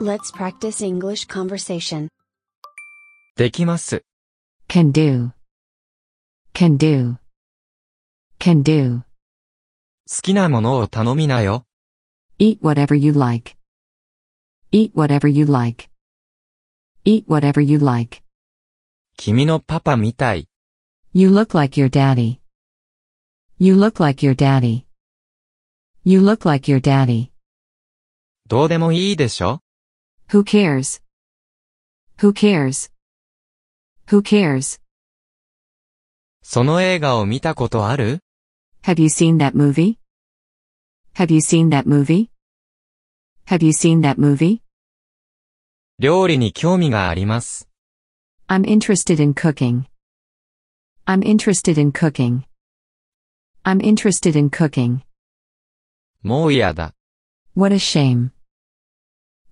Let's practice English conversation. できます。 can do, can do, can do, 好きなものを頼みなよ。 eat whatever you like, eat whatever you like, eat whatever you like, 君のパパみたい。 you look like your daddy, you look like your daddy, you look like your daddy, どうでもいいでしょ who cares? Who cares? Who cares? その映画を見たことある Have you seen that movie? Have you seen that movie? Have you seen that movie? 料理に興味があります。 I'm interested in cooking. I'm interested in cooking. I'm interested in cooking. もう嫌だ。 What a shame.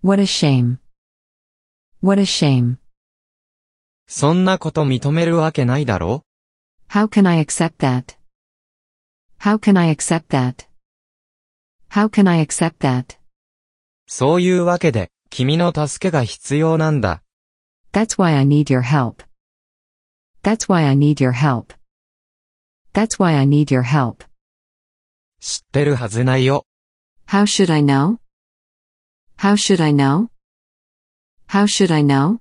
What a shame. What a shame. そんなこと認めるわけないだろ How can I accept that? How can I accept that? How can I accept that? そういうわけで、君の助けが必要なんだ。 That's why I need your help. That's why I need your help. That's why I need your help. 知ってるはずないよ。 How should I know? How should I know? How should I know?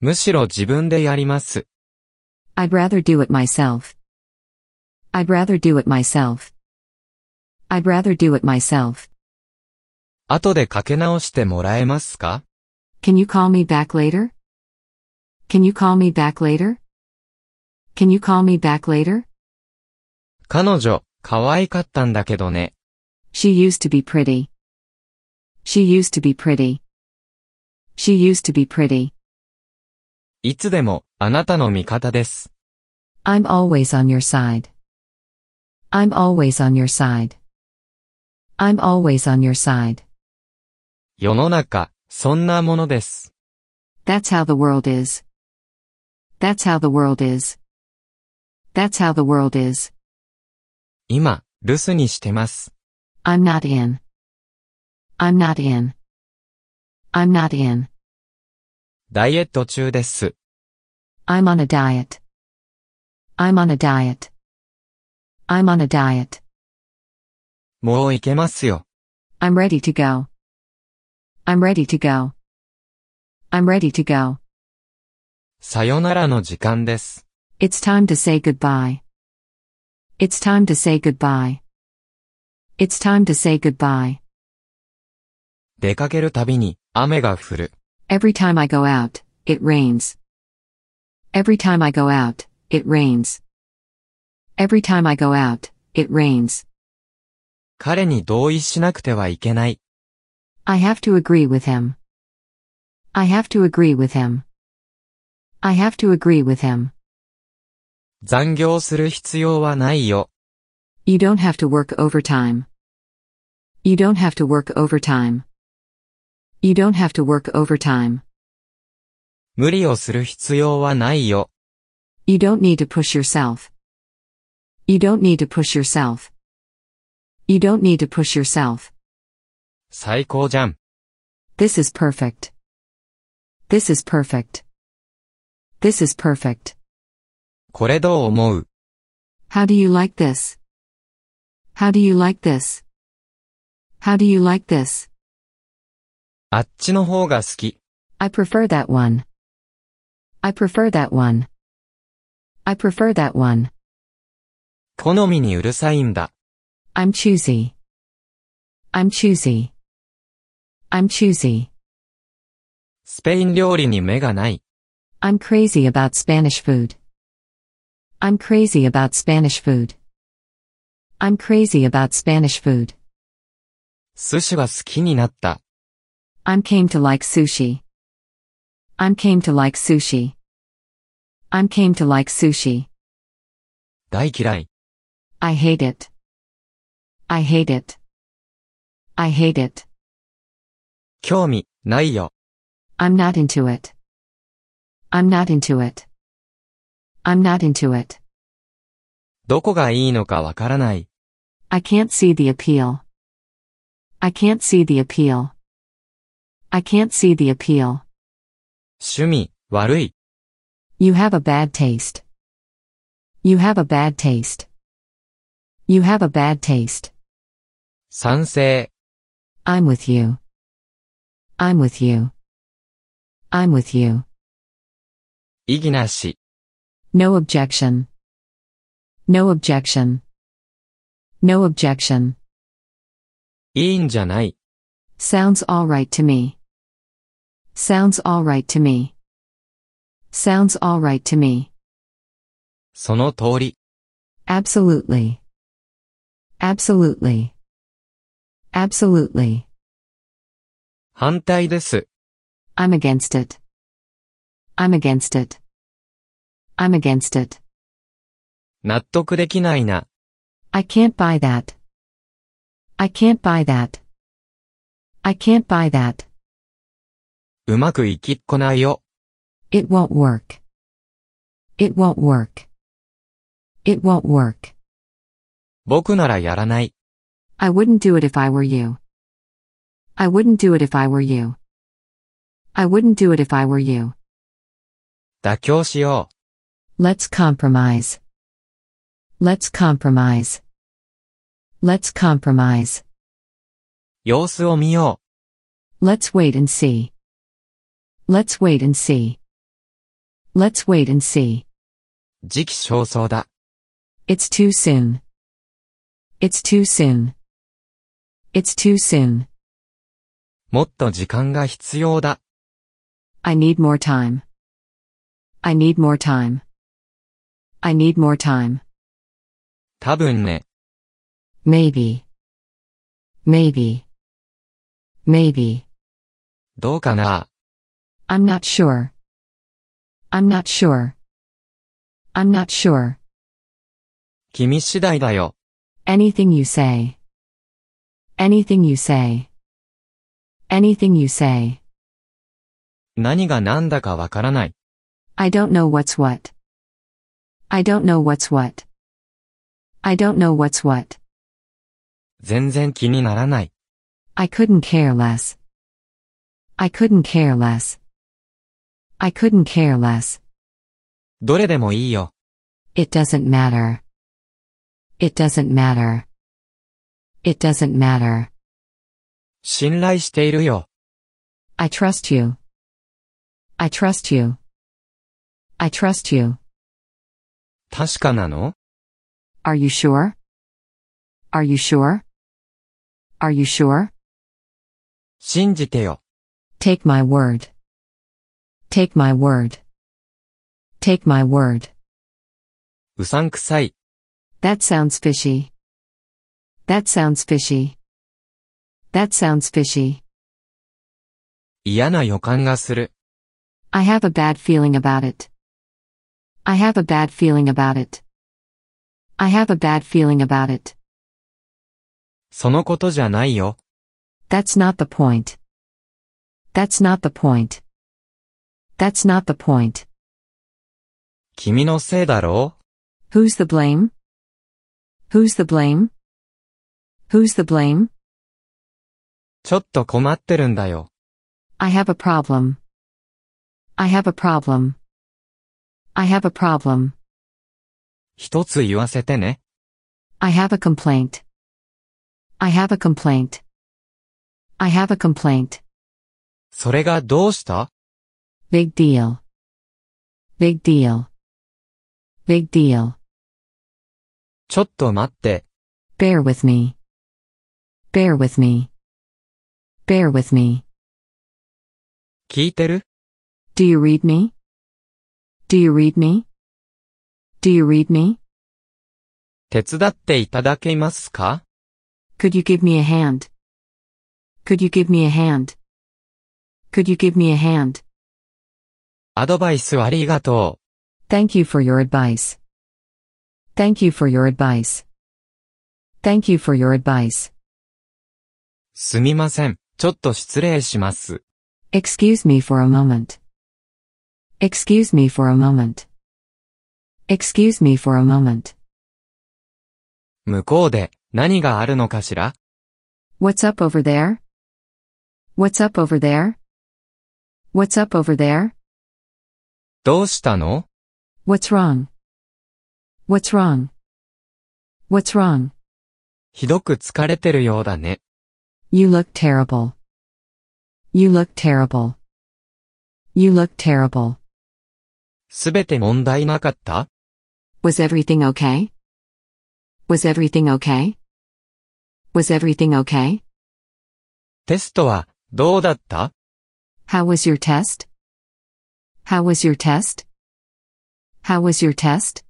むしろ自分でやります。 I'd rather do it myself. I'd rather do it myself. I'd rather do it myself. 後でかけ直してもらえますか Can you call me back later? Can you call me back later? Can you call me back later? 彼女、可愛かったんだけどね。 She used to be pretty. She used to be pretty. She used to be pretty. いつでも、あなたの味方です。 I'm always on your side. I'm always on your side. I'm always on your side. 世の中、そんなものです。 That's how the world is. That's how the world is. That's how the world is. 今、留守にしてます。 I'm not in. I'm not in. I'm not in. ダイエット中です。 I'm on a diet. I'm on a diet. I'm on a diet. もう行けますよ。 I'm ready to go. I'm ready to go. I'm ready to go. さよならの時間です。 It's time to say goodbye. It's time to say goodbye. It's time to say goodbye. 出かけるたびに、雨が降る。 Every time I go out, it rains. Every time I go out, it rains. Every time I go out, it rains. 彼に同意しなくてはいけない。 I have to agree with him. I have to agree with him. I have to agree with him. 残業する必要はないよ。 You don't have to work overtime. You don't have to work overtime. You don't have to work overtime. 無理をする必要はないよ。 You don't need to push yourself. You don't need to push yourself. You don't need to push yourself. 最高じゃん。 This is perfect. This is perfect. This is perfect. これどう思う How do you like this? How do you like this? How do you like this? あっちの方が好き。 I prefer that one. I prefer that one. I prefer that one. 好みにうるさいんだ。 I'm choosy. I'm choosy. I'm choosy. スペイン料理に目がない。 I'm crazy about Spanish food. I'm crazy about Spanish food. I'm crazy about Spanish food. 寿司が好きになった。 I'm came to like sushi. I'm came to like sushi. I'm came to like sushi. 大嫌い。 I hate it. I hate it. I hate it. 興味、ないよ。 I'm not into it. I'm not into it. I'm not into it. どこがいいのかわからない。 I can't see the appeal. I can't see the appeal. I can't see the appeal. 趣味、悪い。 You have a bad taste. You have a bad taste. You have a bad taste. 賛成。 I'm with you. I'm with you. I'm with you. 意義なし。 No objection. No objection. No objection. いいんじゃない。 Sounds alright to me. Sounds alright to me. Sounds alright to me. その通り。 Absolutely. Absolutely. Absolutely. 反対です。 I'm against it. I'm against it. I'm against it. 納得できないな。 I can't buy that. I can't buy that. I can't buy that. うまくいきっこないよ。 It won't work. It won't work. It won't work. 僕ならやらない。 I wouldn't do it if I were you. I wouldn't do it if I were you. I wouldn't do it if I were you. 妥協しよ Let's compromise. Let's compromise. Let's compromise. う。様子を見よ Let's wait and see. Let's wait and see. Let's wait and see. う。時期尚早だ。 It's too soon. It's too soon. It's too soon. もっと時間が必要だ。 I need more time. I need more time. I need more time. 多分ね。 Maybe. Maybe. Maybe. どうかな。 I'm not sure. I'm not sure. I'm not sure. 君次第だよ。 Anything you say. Anything you say. Anything you say. 何が何だかわからない。 I don't know what's what. I don't know what's what. I don't know what's what. 全然気にならない。 I couldn't care less. I couldn't care less. I couldn't care less. どれでもいいよ。 It doesn't matter. It doesn't matter. It doesn't matter. 信頼しているよ。 I trust you. I trust you. I trust you. 確かなの Are you sure? Are you sure? Are you sure? 信じてよ。 Take my word. Take my word. Take my word. うさんくさい。 That sounds fishy. That sounds fishy. That sounds fishy. 嫌な予感がする。 I have a bad feeling about it. I have a bad feeling about it. I have a bad feeling about it. そのことじゃないよ。 That's not the point. That's not the point. That's not the point. 君のせいだろ Who's the blame? Who's the blame? Who's the blame? ちょっと困ってるんだよ。 I have a problem. I have a problem. I have a problem. 一つ言わせてね。 I have a complaint. I have a complaint. I have a complaint. それがどうした Big deal. Big deal. Big deal. ちょっと待って。 Bear with me. Bear with me. Bear with me. 聞いてる Do you read me? Do you read me? Do you read me? 手伝っていただけますか Could you give me a hand? Could you give me a hand? Could you give me a hand? アドバイスありがと Thank you for your advice. Thank you for your advice. Thank you for your advice. う。すみません。ちょっと失礼します。 Excuse me for a moment. Excuse me for a moment. Excuse me for a moment. 向こうで何があるのかしら What's up over there? What's up over there? What's up over there? どうしたの What's wrong? What's wrong? What's wrong? ひどく疲れてるようだね。 You look terrible. You look terrible. You look terrible. すべて問題なかった Was everything okay? Was everything okay? Was everything okay? テストは、どうだった How was your test? How was your test? How was your test?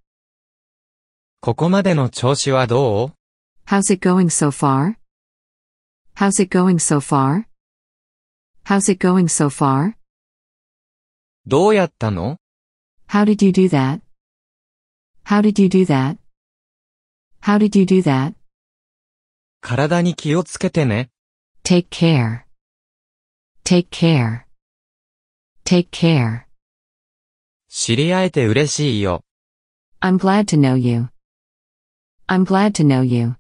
ここまでの調子はどう How's it going so far? How's it going so far? How's it going so far? どうやったの How did you do that? How did you do that? How did you do that? 体に気をつけてね。 Take care. Take care. Take care. 知り合えて嬉しいよ。 I'm glad to know you. I'm glad to know you.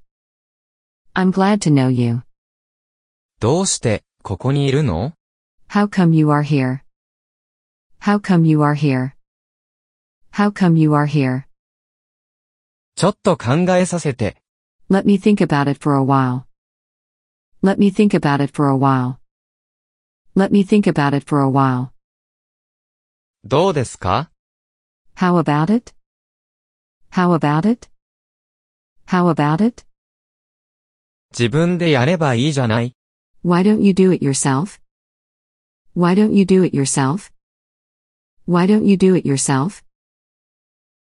I'm glad to know you. どうして、ここにいるの How come you are here? How come you are here? How come you are here? ちょっと考えさせて。 Let me think about it for a while. Let me think about it for a while. Let me think about it for a while. どうですか How about it? How about it? How about it? 自分でやればいいじゃない。 Why don't you do it yourself? Why don't you do it yourself? Why don't you do it yourself?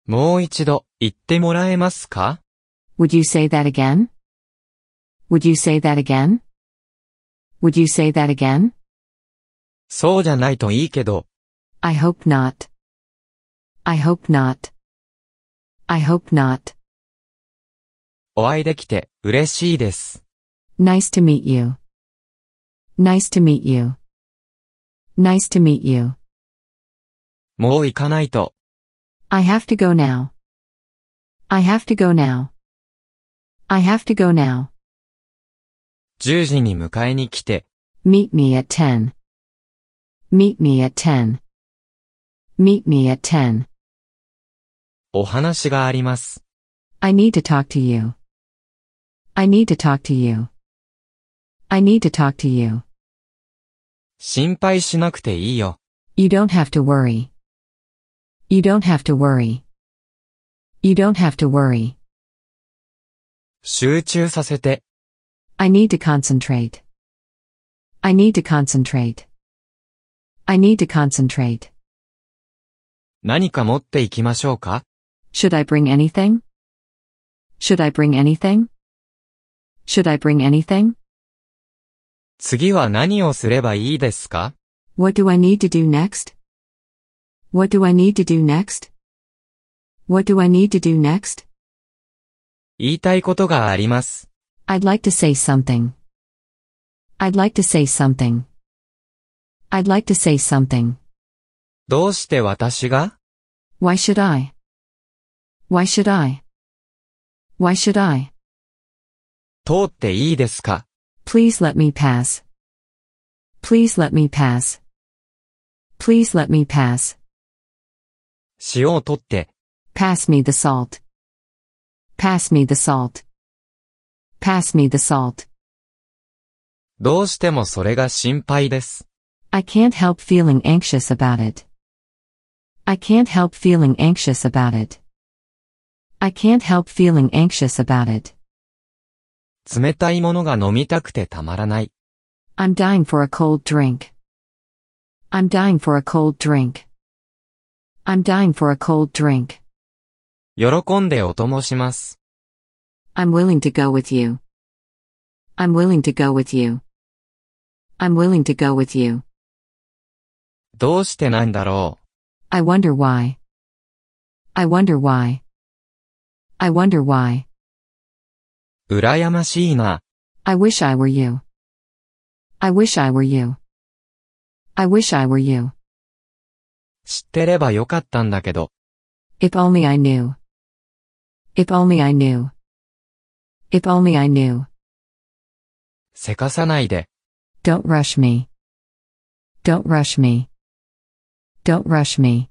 もう一度、言ってもらえますか Would you say that again? Would you say that again? Would you say that again? そうじゃないといいけど、 I hope not. I hope not. I hope not. お会いできて、嬉しいです。 Nice to meet you. Nice to meet you. Nice to meet you. もう行かないと。 I have to go now. I have to go now. I have to go now. 10時に迎えに来て、 Meet me at 10. Meet me at 10. Meet me at 10. お話があります。 I need to talk to you. I need to talk to you. I need to talk to you. 心配しなくていいよ。 You don't have to worry. You don't have to worry. You don't have to worry. 集中させて、 I need to concentrate. I need to concentrate. I need to concentrate. 何か持っていきましょうか Should I bring anything? Should I bring anything? Should I bring anything? 次は何をすればいいですか What do I need to do next? What do I need to do next? What do I need to do next? 言いたいことがあります。 I'd like to say something. I'd like to say something. I'd like to say something. どうして私が Why should I? Why should I? Why should I? 通っていいですか Please let me pass. Please let me pass. Please let me pass. 塩を取って、 Pass me the salt. Pass me the salt. Pass me the salt. どうしてもそれが心配です。 I can't help feeling anxious about it. I can't help feeling anxious about it. I can't help feeling anxious about it. 冷たいものが飲みたくてたまらない。 I'm dying for a cold drink. I'm dying for a cold drink. I'm dying for a cold drink. 喜んでお供します。 I'm willing to go with you. I'm willing to go with you. I'm willing to go with you. どうしてなんだろ I wonder why. I wonder why. I wonder why. う。羨ましいな。 I wish I were you. I wish I were you. I wish I were you. 知ってればよかったんだけど。 If only I knew. If only I knew. If only I knew. せかさないで。 Don't rush me. Don't rush me. Don't rush me.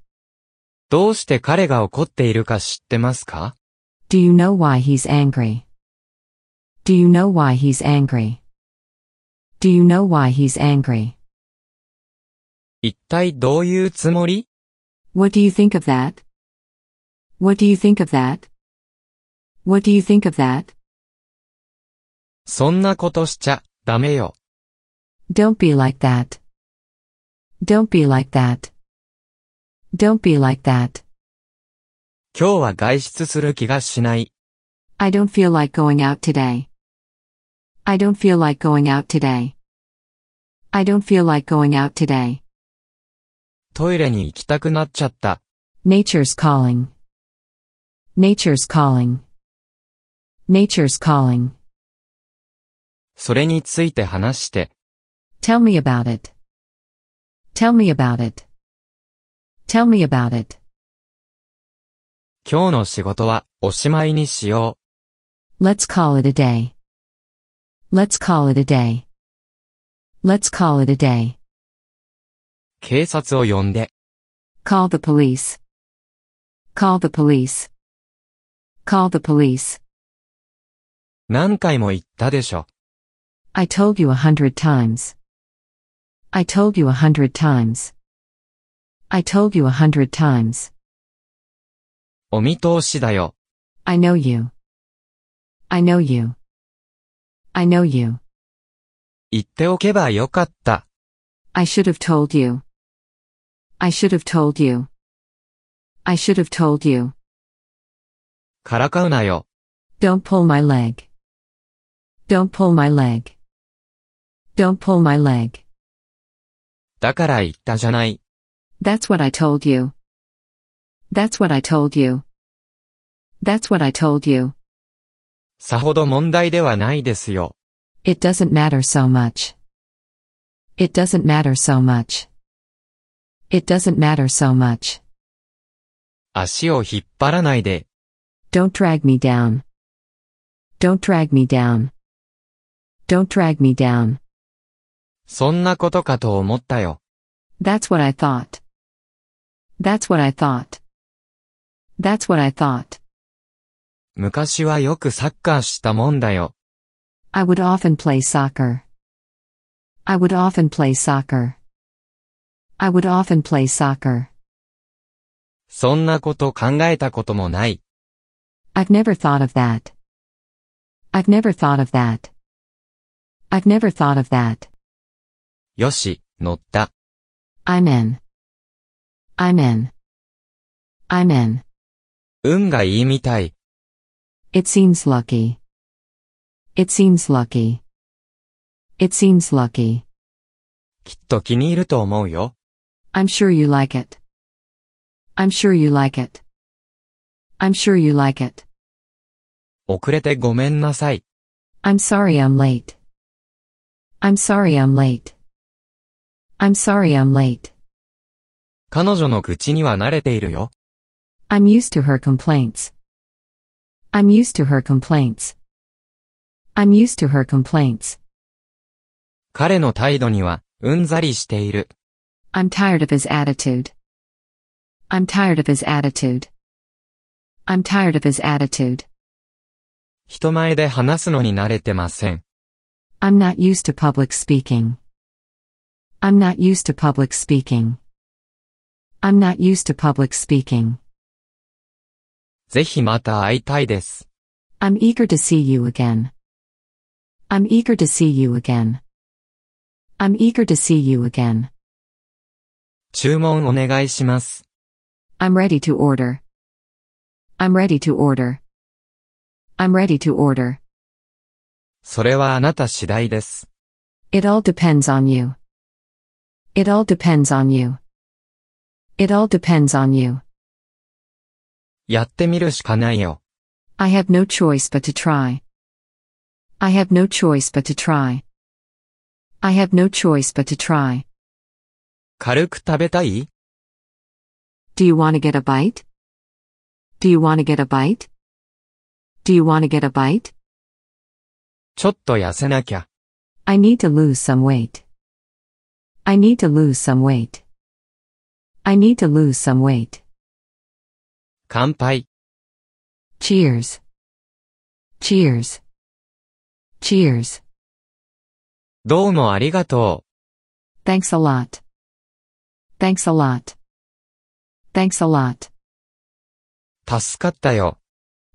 どうして彼が怒っているか知ってますか Do you know why he's angry? Do you know why he's angry? Do you know why he's angry? 一体どういうつもり What do you think of that? What do you think of that? What do you think of that? そんなことしちゃ、ダメよ。 Don't be like that. Don't be like that. Don't be like that. 今日は外出する気がしない。 I don't feel like going out today. I don't feel like going out today. I don't feel like going out today. トイレに行きたくなっちゃった。 Nature's calling. Nature's calling. Nature's calling. それについて話して。 Tell me about it. Tell me about it. Tell me about it. 今日の仕事はおしまいにしよ Let's call it a day. Let's call it a day. Let's call it a day. う。警察を呼んで。 Call the police. Call the police. Call the police. 何回も言ったでしょ。 I told you a hundred times. I told you a hundred times. I told you a hundred times. お見通しだよ。 I know you. I know you. I know you. 言っておけばよかった。 I should have told you. I should have told you. I should have told you. からかうなよ。 Don't pull my leg. Don't pull my leg. Don't pull my leg. だから言ったじゃない。 That's what I told you. That's what I told you. That's what I told you. さほど問題ではないですよ。 It doesn't matter so much. It doesn't matter so much. It doesn't matter so much. 足を引っ張らないで。 Don't drag me down. Don't drag me down. Don't drag me down. そんなことかと思ったよ。 That's what I thought. That's what I thought. That's what I thought. 昔はよくサッカーしたもんだよ。 I would often play soccer. I would often play soccer. I would often play soccer. そんなこと考えたこともない。 I've never thought of that. I've never thought of that. I've never thought of that. よし、乗った。 I'm in. I'm in. I'm in. 運がいいみたい。 It seems lucky. It seems lucky. It seems lucky. きっと気に入ると思うよ。 I'm sure you like it. I'm sure you like it. I'm sure you like it. 遅れてごめんなさい。 I'm sorry I'm late. I'm sorry I'm late. I'm sorry I'm late. 彼女の愚痴には慣れているよ。 I'm used to her complaints. I'm used to her complaints. I'm used to her complaints. 彼の態度には、うんざりしている。 I'm tired of his attitude. I'm tired of his attitude. I'm tired of his attitude. 人前で話すのに慣れてません。 I'm not used to public speaking. I'm not used to public speaking. I'm not used to public speaking. ぜひまた会いたいです。 I'm eager to see you again. I'm eager to see you again. I'm eager to see you again. 注文お願いします。 I'm ready to order. I'm ready to order. I'm ready to order. それはあなた次第です。 It all depends on you. It all depends on you. It all depends on you. やってみるしかないよ。 I have no choice but to try. I have no choice but to try. I have no choice but to try. 軽く食べたい Do you want to get a bite? Do you want to get a bite? Do you want to get a bite? ちょっと痩せなきゃ。 I need to lose some weight. I need to lose some weight. I need to lose some weight. 乾杯、 Cheers. Cheers. Cheers. どうもありがと Thanks a lot. Thanks a lot. Thanks a lot. う。助かったよ。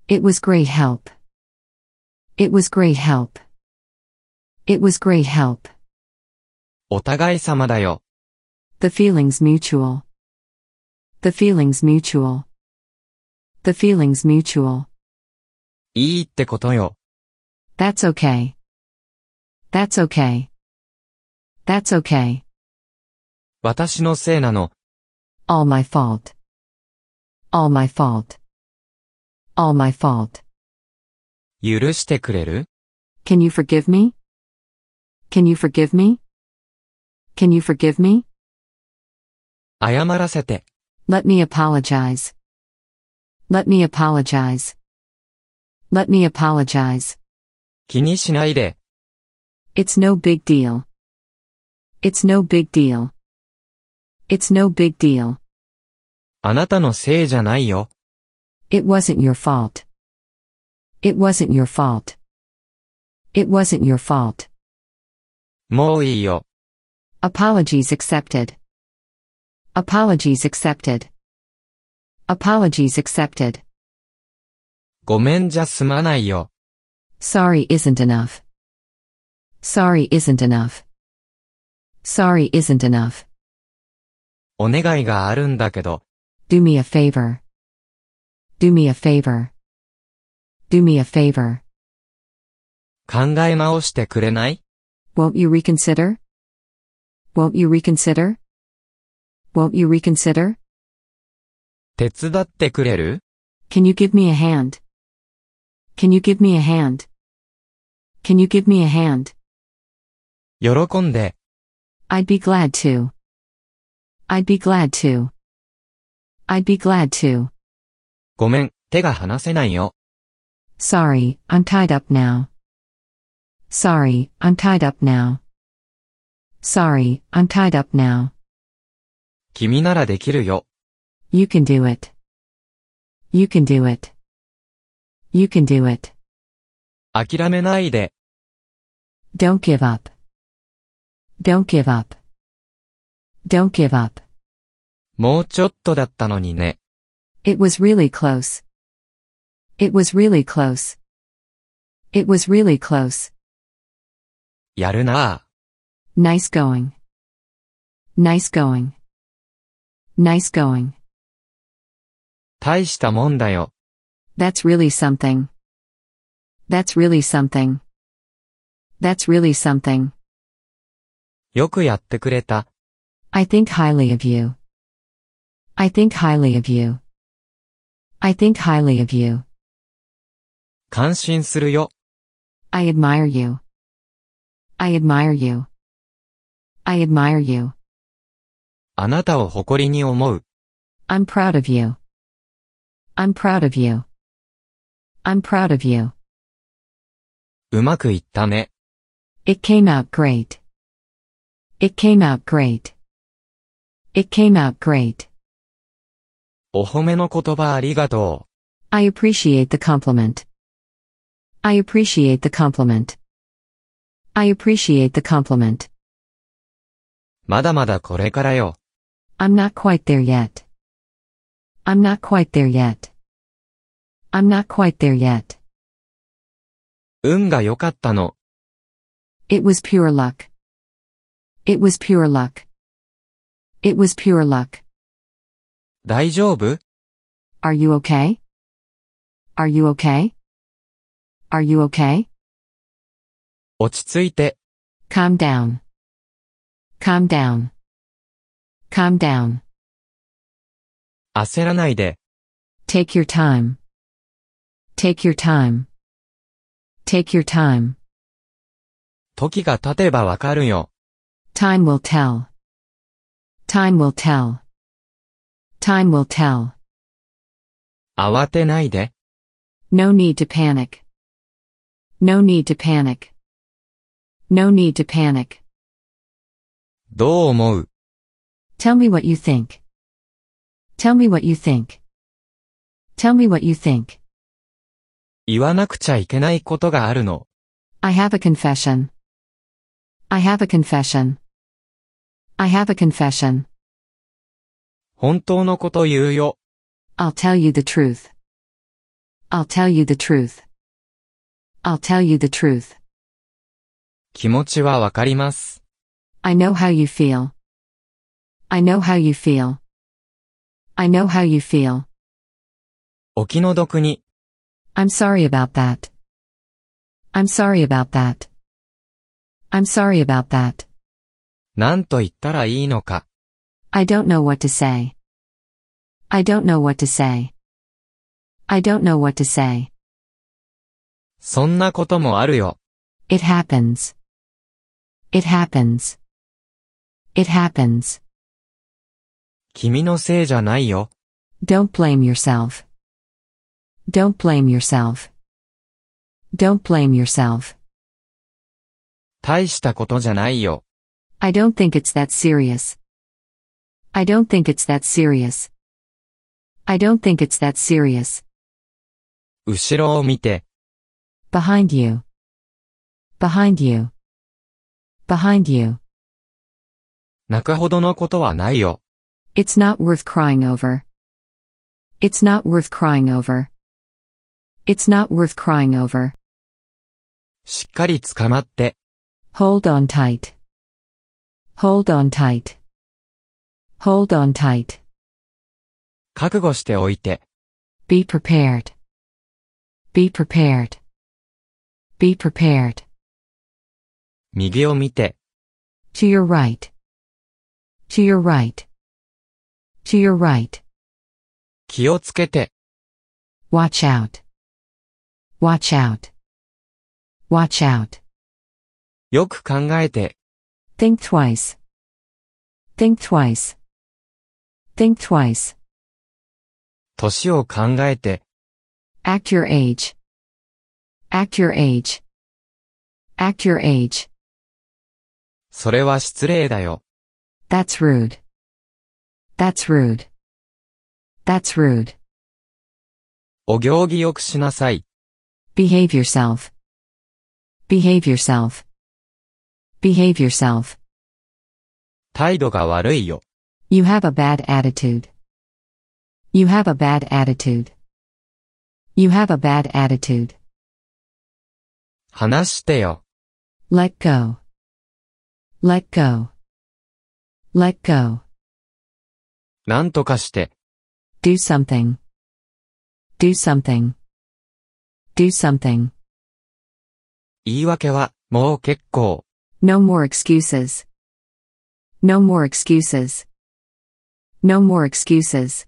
It was great help. It was great help. It was great help. お互い様だよ。 The feelings mutual. The feelings mutual. The feelings mutual. いいってことよ。 That's okay. That's okay. That's okay. 私のせいなの。 All my fault. All my fault. All my fault. 許してくれる Can you forgive me? Can you forgive me? Can you forgive me? 謝らせて。 Let me apologize. Let me apologize. Let me apologize. 気にしないで。 It's no big deal. It's no big deal. It's no big deal. あなたのせいじゃないよ。 It wasn't your fault. It wasn't your fault. It wasn't your fault. もういいよ。 Apologies accepted. Apologies accepted. Apologies accepted. ごめんじゃ済まないよ。 Sorry isn't enough. Sorry isn't enough. Sorry isn't enough. お願いがあるんだけど、 Do me a favor. Do me a favor. Do me a favor. 考え直してくれない Won't you reconsider? Won't you reconsider? Won't you reconsider? 手伝ってくれる Can you give me a hand? Can you give me a hand? Can you give me a hand? 喜んで、 I'd be glad to. I'd be glad to. I'd be glad to. ごめん、手が離せないよ。 Sorry, I'm tied up now. Sorry, I'm tied up now. Sorry, I'm tied up now. 君ならできるよ。 You can do it. You can do it. You can do it. 諦めないで、 Don't give up. Don't give up. Don't give up. もうちょっとだったのにね。 It was really close. It was really close. It was really close. やるな Nice going. Nice going. Nice ぁ。going. 大したもんだよ。 That's really something. That's really something. That's really something. よくやってくれた。 I think highly of you. I think highly of you. I think highly of you. 感心するよ。 I admire you. I admire you. I admire you. あなたを誇りに思う。 I'm proud of you. I'm proud of you. I'm proud of you. うまくいったね。 It came out great. It came out great. It came out great. お褒めの言葉ありがと I appreciate the compliment. I appreciate the compliment. I appreciate the compliment. う。まだまだこれからよ。 I'm not quite there yet. I'm not quite there yet. I'm not quite there yet. 運が良かったの。 It was pure luck. It was pure luck. It was pure luck. 大丈夫 Are you okay? Are you okay? Are you okay? 落ち着いて。 Calm down. Calm down. Calm down. 焦らないで。 Take your time. Take your time. Take your time. 時が経てばわかるよ。 Time will tell. Time will tell. Time will tell. 慌てないで。 No need to panic. No need to panic. No need to panic. どう思う Tell me what you think. Tell me what you think. Tell me what you think. 言わなくちゃいけないことがあるの。 I have a confession. I have a confession. I have a confession. 本当のこと言うよ。 I'll tell you the truth. I'll tell you the truth. I'll tell you the truth. 気持ちはわかります。 I know how you feel. I know how you feel. I know how you feel. お気の毒に。 I'm sorry about that. I'm sorry about that. I'm sorry about that. 何と言ったらいいのか。 I don't know what to say. I don't know what to say. I don't know what to say. そんなこともあるよ。 It happens. It happens. It happens. 君のせいじゃないよ。 Don't blame yourself. Don't blame yourself. Don't blame yourself. 大したことじゃないよ。 I don't think it's that serious. I don't think it's that serious. I don't think it's that serious. 後ろを見て。 Behind you. Behind you. Behind you. 泣くほどのことはないよ。 It's not worth crying over. It's not worth crying over. It's not worth crying over. しっかり捕まって。 Hold on tight. Hold on tight. Hold on tight. 覚悟しておいて。 Be prepared. Be prepared. Be prepared. 右を見て。 To your right. To your right. To your right. 気をつけて。 Watch out. Watch out. Watch out. よく考えて。 Think twice. Think twice. Think twice. 年を考えて。 Act your age. Act your age. Act your age. それは失礼だよ。 That's rude. That's rude. That's rude. お行儀よくしなさい。 Behave yourself. Behave yourself. Behave yourself. 態度が悪いよ。 You have a bad attitude. You have a bad attitude. You have a bad attitude. 話してよ。 Let go. Let go. Let go. なんとかして。 Do something. Do something. Do something. 言い訳は、もう結構。 No more excuses. No more excuses. No more excuses.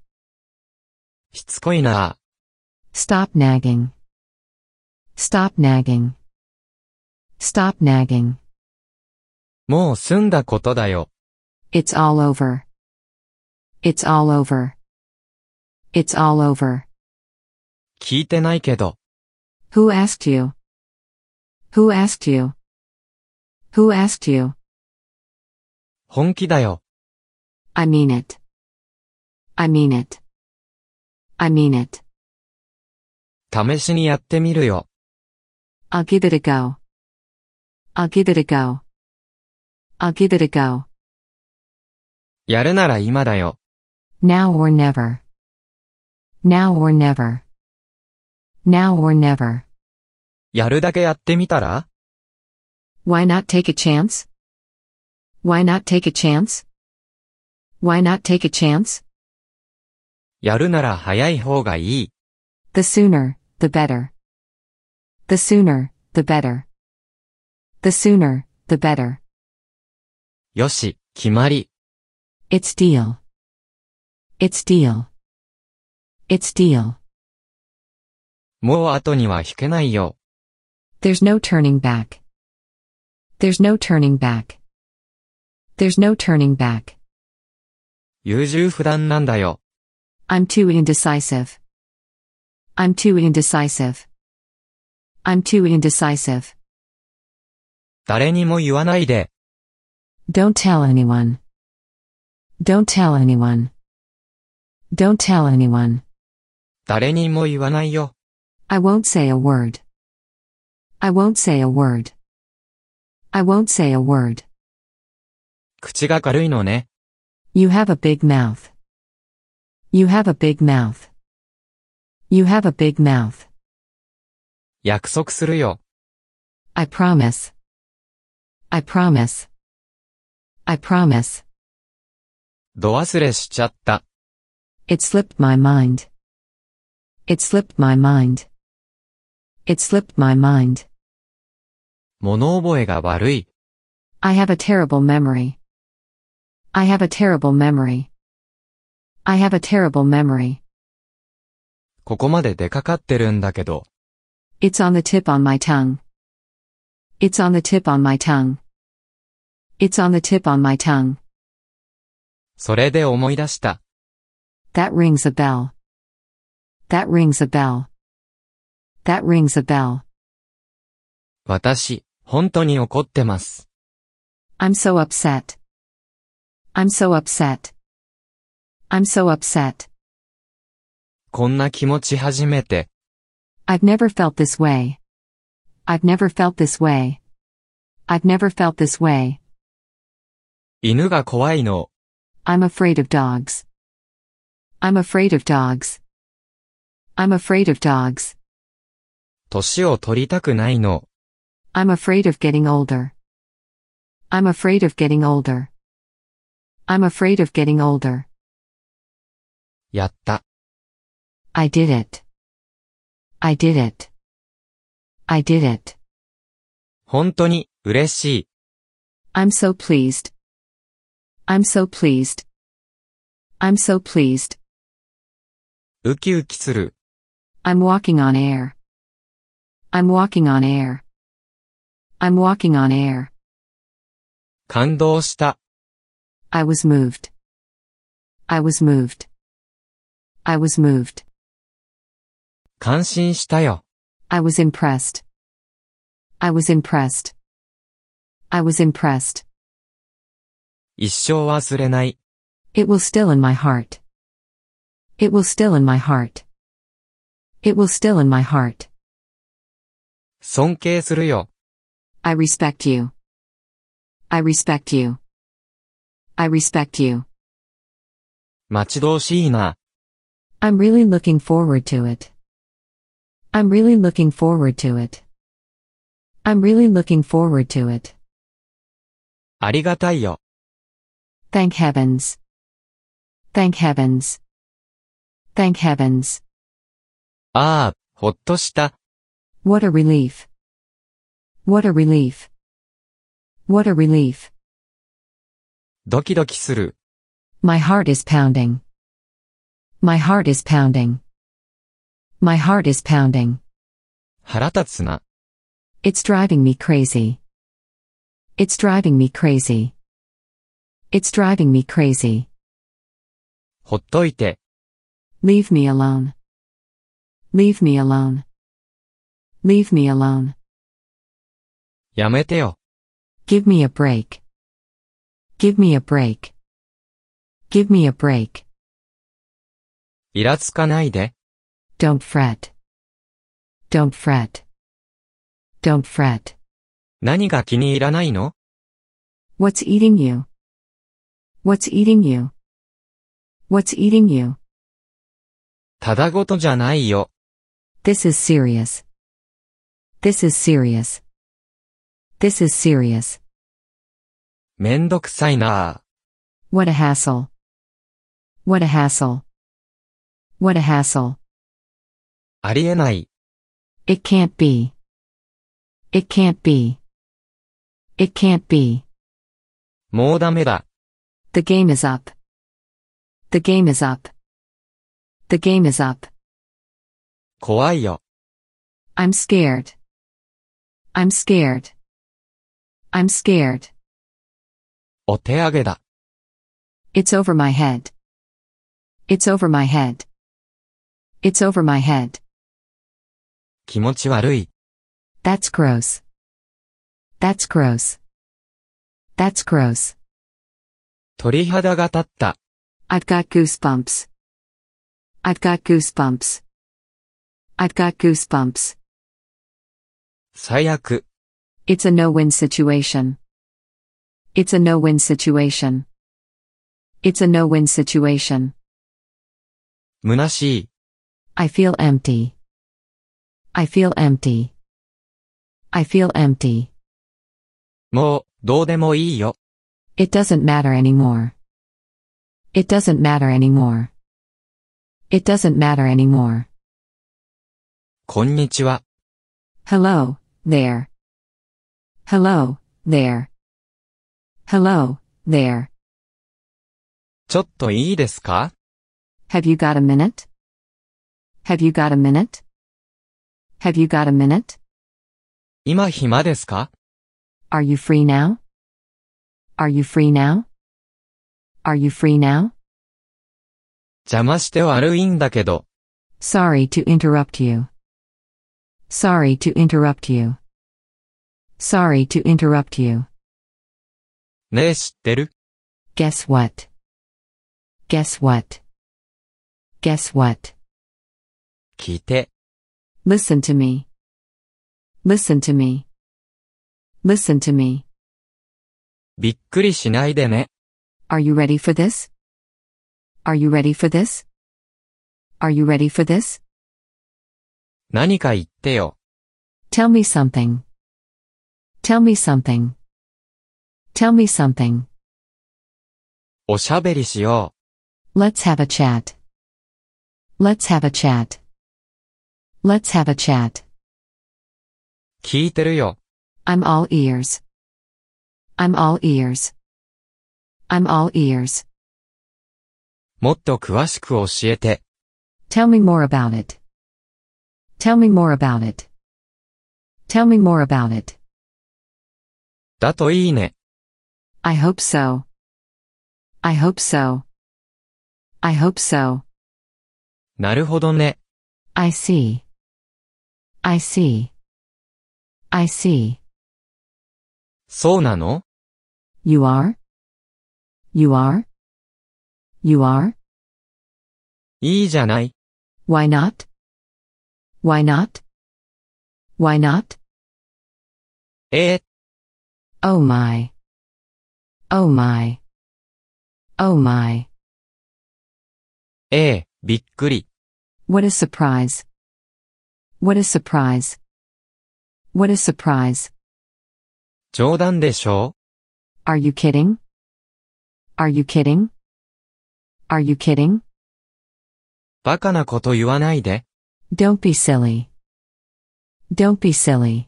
しつこいな Stop nagging. Stop nagging. Stop nagging. もう済んだことだよ。 It's all over. It's all over. It's all over. 聞いてないけど。 Who asked you? Who asked you? Who asked you? 本気だよ。 I mean it. I mean it. I mean it. 試しにやってみるよ。 I'll give it a go. I'll give it a go. I'll give it a go. やるなら今だよ。 Now or never. Now or never. Now or never. やるだけやってみたら Why not take a chance? Why not take a chance? Why not take a chance? やるなら早い方がいい。 The sooner, the better. The sooner, the better. The sooner, the better. よし、決まり。 It's deal. It's deal. It's deal. もう後には引けないよ。 There's no turning back. There's no turning back. There's no turning back. 優柔不断なんだよ。 I'm too indecisive. I'm too indecisive. I'm too indecisive. 誰にも言わないで。 Don't tell anyone. Don't tell anyone. Don't tell anyone. 誰にも言わないよ。 I won't say a word. I won't say a word. I won't say a word. 口が軽いのね。 You have a big mouth. You have a big mouth. You have a big mouth. 約束するよ。 I promise. I promise. I promise. 度忘れしちゃった。 It slipped my mind. It slipped my mind. It slipped my mind. 物覚えが悪い。 I have a terrible memory. I have a terrible memory. I have a terrible memory. ここまで出かかってるんだけど、 It's on the tip on my tongue. It's on the tip on my tongue. It's on the tip on my tongue. それで思い出した。 That rings a bell. That rings a bell. That rings a bell. 私、本当に怒ってます。 I'm so upset. I'm so upset. I'm so upset. こんな気持ち初めて。 I've never felt this way. I've never felt this way. I've never felt this way. 犬が怖いの。 I'm afraid of dogs. I'm afraid of dogs. I'm afraid of dogs. 歳を取りたくないの。 I'm afraid of getting older. I'm afraid of getting older. I'm afraid of getting older. やった。 I did it. I did it. I did it. 本当に、嬉しい。 I'm so pleased. I'm so pleased. I'm so pleased. ウキウキする。 I'm walking on air. I'm walking on air. I'm walking on air. 感動した。 I was moved. I was moved. I was moved. 感心したよ。 I was impressed. I was impressed. I was impressed. 一生忘れない。 It will still in my heart. It will still in my heart. It will still in my heart. 尊敬するよ。 I respect you. I respect you. I respect you. 待ち遠しいな。 I'm really looking forward to it. I'm really looking forward to it. I'm really looking forward to it. ありがたいよ。 Thank heavens. Thank heavens. Thank heavens. ああ、ほっとした。 What a relief. What a relief. What a relief. ドキドキする。 My heart is pounding. My heart is pounding. My heart is pounding. 腹立つな。 It's driving me crazy. It's driving me crazy. It's driving me crazy. ほっといて。 Leave me alone. Leave me alone. Leave me alone. やめてよ。 Give me a break. Give me a break. Give me a break. イラつかないで。 Don't fret. Don't fret. Don't fret. 何が気に入らないの What's eating you? What's eating you? What's eating you? ただごとじゃないよ。 This is serious. This is serious. This is serious. めんどくさいなあ。 What a hassle. What a hassle. What a hassle. ありえない。 It can't be. It can't be. It can't be. もうダメだ。 The game is up. The game is up. The game is up. 怖いよ。 I'm scared. I'm scared. I'm scared. お手上げだ。 It's over my head. It's over my head. It's over my head. 気持ち悪い。 That's gross. That's gross. That's gross. 鳥肌が立った。 I've got goosebumps. I've got goosebumps. I've got goosebumps. 最悪。 It's a no win situation. It's a no win situation. It's a no win situation. 虚しい。 I feel empty. I feel empty. I feel empty. もう、どうでもいいよ。 It doesn't matter anymore. It doesn't matter anymore. It doesn't matter anymore. こんにちは。 Hello, there. Hello, there. Hello, there. ちょっといいですか Have you got a minute? Have you got a minute? Have you got a minute? 今暇ですか Are you free now? Are you free now? Are you free now? 邪魔して悪いんだけど。 Sorry to interrupt you. Sorry to interrupt you. Sorry to interrupt you. ねえ知ってる Guess what? Guess what? Guess what? 聞いて。 Listen to me. Listen to me. Listen to me. びっくりしないでね。 Are you ready for this? Are you ready for this? Are you ready for this? 何か言ってよ。 Tell me something. Tell me something. Tell me something. おしゃべりしよ Let's have a chat. Let's have a chat. Let's have a chat. う。聞いてるよ。 I'm all ears. I'm all ears. I'm all ears. もっと詳しく教えて。 Tell me more about it. Tell me more about it. Tell me more about it. だといいね。 I hope so. I hope so. I hope so. なるほどね。 I see. I see. I see. そうなの You are? You are? You are? いいじゃない。 Why not? Why not? Why not? ええ Oh my. Oh my. Oh my. ええびっくり。 What a surprise. What a surprise. What a surprise. 冗談でしょ Are you kidding? Are you kidding? Are you kidding? バカなこと言わないで。 Don't be silly. Don't be silly.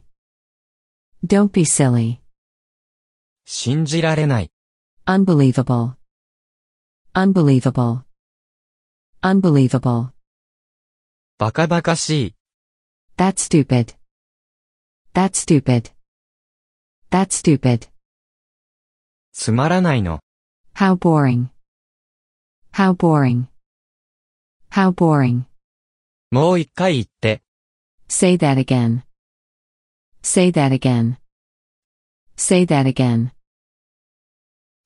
Don't be silly. 信じられない。 Unbelievable. Unbelievable. Unbelievable. バカバカしい。 That's stupid. That's stupid. That's stupid. つまらないの。 How boring. How boring. How boring. もう一回言って。 Say that again. Say that again. Say that again.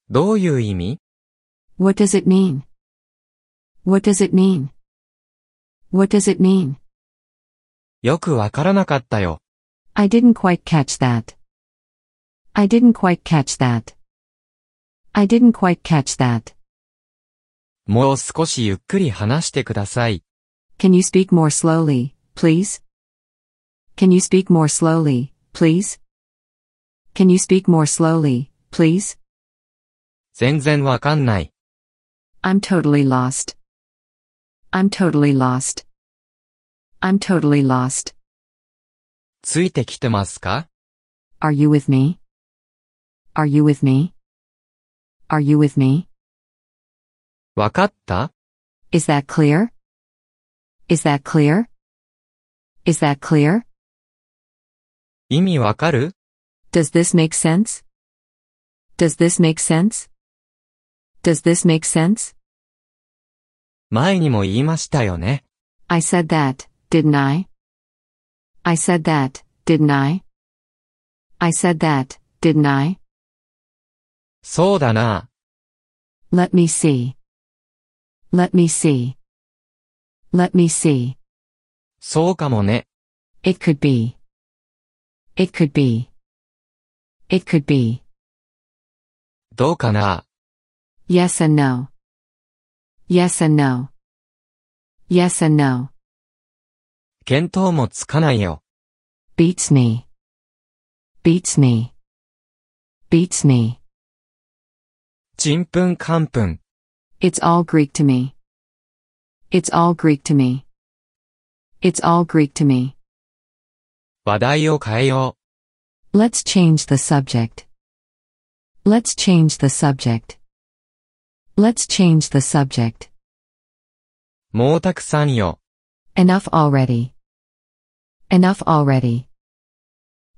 どういう意味 What does it mean? What does it mean? What does it mean? よくわからなかったよ。 I didn't quite catch that. I didn't quite catch that. I didn't quite catch that. もう少しゆっくり話してください。 Can you speak more slowly, please? Can you speak more slowly, please? Can you speak more slowly, please? 全然わかんない。 I'm totally lost. I'm totally lost. I'm totally lost. ついてきてますか Are you with me? Are you with me? Are you with me? わかった Is that clear? Is that clear? Is that clear? 意味わかる Does this make sense? Does this make sense? Does this make sense? 前にも言いましたよね。 I said that, didn't I? I said that, didn't I? I said that, didn't I? そうだな。 Let me see. Let me see. Let me see. そうかもね。 It could be. It could be. It could be. どうかな Yes and no. Yes and no. Yes and no. 見当もつかないよ。 Beats me. Beats me. Beats me. ちんぷんかんぷん。 It's all Greek to me. It's all Greek to me. It's all Greek to me. 話題を変えよ Let's change the subject. Let's change the subject. Let's change the subject. う。もうたくさんよ。 Enough already. Enough already.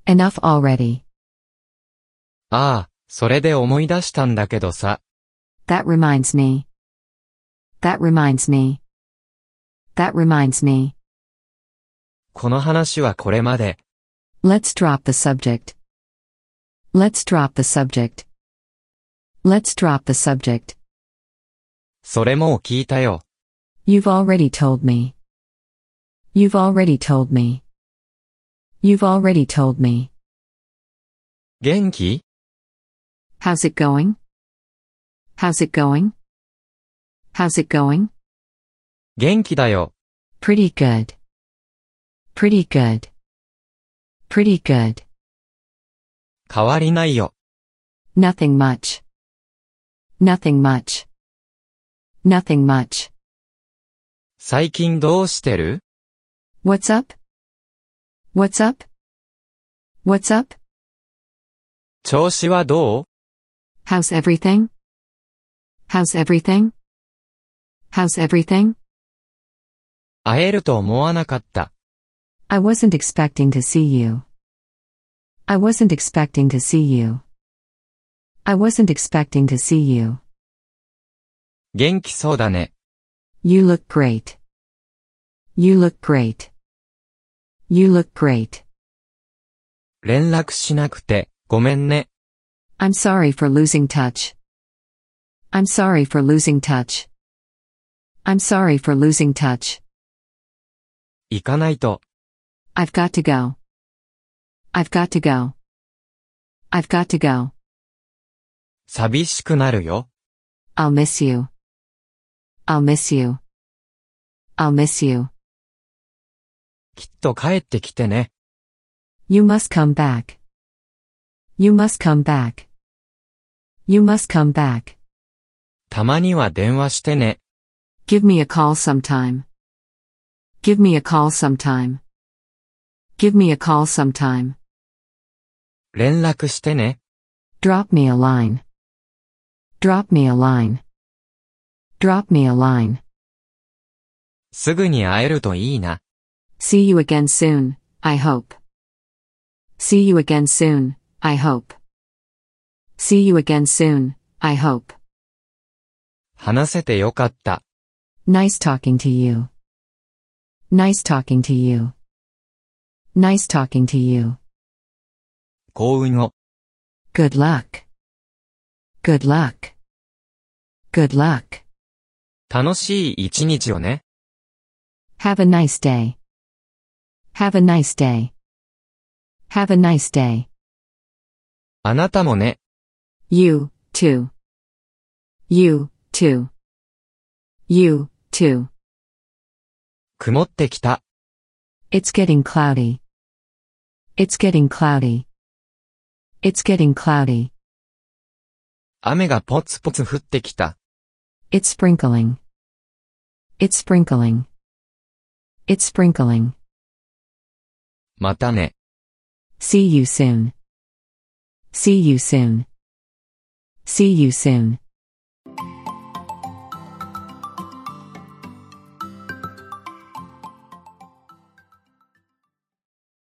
Enough already. ああ、それで思い出したんだけどさ。 That reminds me. That reminds me. That reminds me. この話はこれまで。 Let's drop the subject. Let's drop the subject. Let's drop the subject. それもう聞いたよ。 You've already told me. You've already told me. You've already told me. 元気 How's it going? How's it going? How's it going? 元気だよ。 Pretty good. Pretty good. Pretty good. 変わりないよ。 Nothing much. Nothing much. Nothing much. 最近どうしてる What's up? What's up? What's up? 調子はどう How's everything? How's everything? How's everything? 会えると思わなかった。 I wasn't expecting to see you. I wasn't expecting to see you. I wasn't expecting to see you. 元気そうだね。 You look great. You look great. You look great. 連絡しなくて、ごめんね。 I'm sorry for losing touch. I'm sorry for losing touch. I'm sorry for losing touch. 行かないと。 I've got to go. I've got to go. I've got to go. 寂しくなるよ。 I'll miss you. I'll miss you. I'll miss you. きっと帰ってきてね。 You must come back. You must come back. You must come back. たまには電話してね。 Give me a call sometime. Give me a call sometime. Give me a call sometime. 連絡してね。 Drop me a line. Drop me a line. Drop me a line. すぐに会えるといいな。 See you again soon, I hope. See you again soon, I hope. See you again soon, I hope. 話せてよかった。 Nice talking to you. Nice talking to you. Nice talking to you. 幸運を。 Good luck. Good luck. Good luck. 楽しい一日をね。 Have a nice day. Have a nice day. Have a nice day. あなたもね。 You, too. You, too. You, too. 曇ってきた。 It's getting cloudy. It's getting cloudy. It's getting cloudy. 雨がポツポツ降ってきた。 It's sprinkling. It's sprinkling. It's sprinkling. またね。 See you soon. See you soon. See you soon.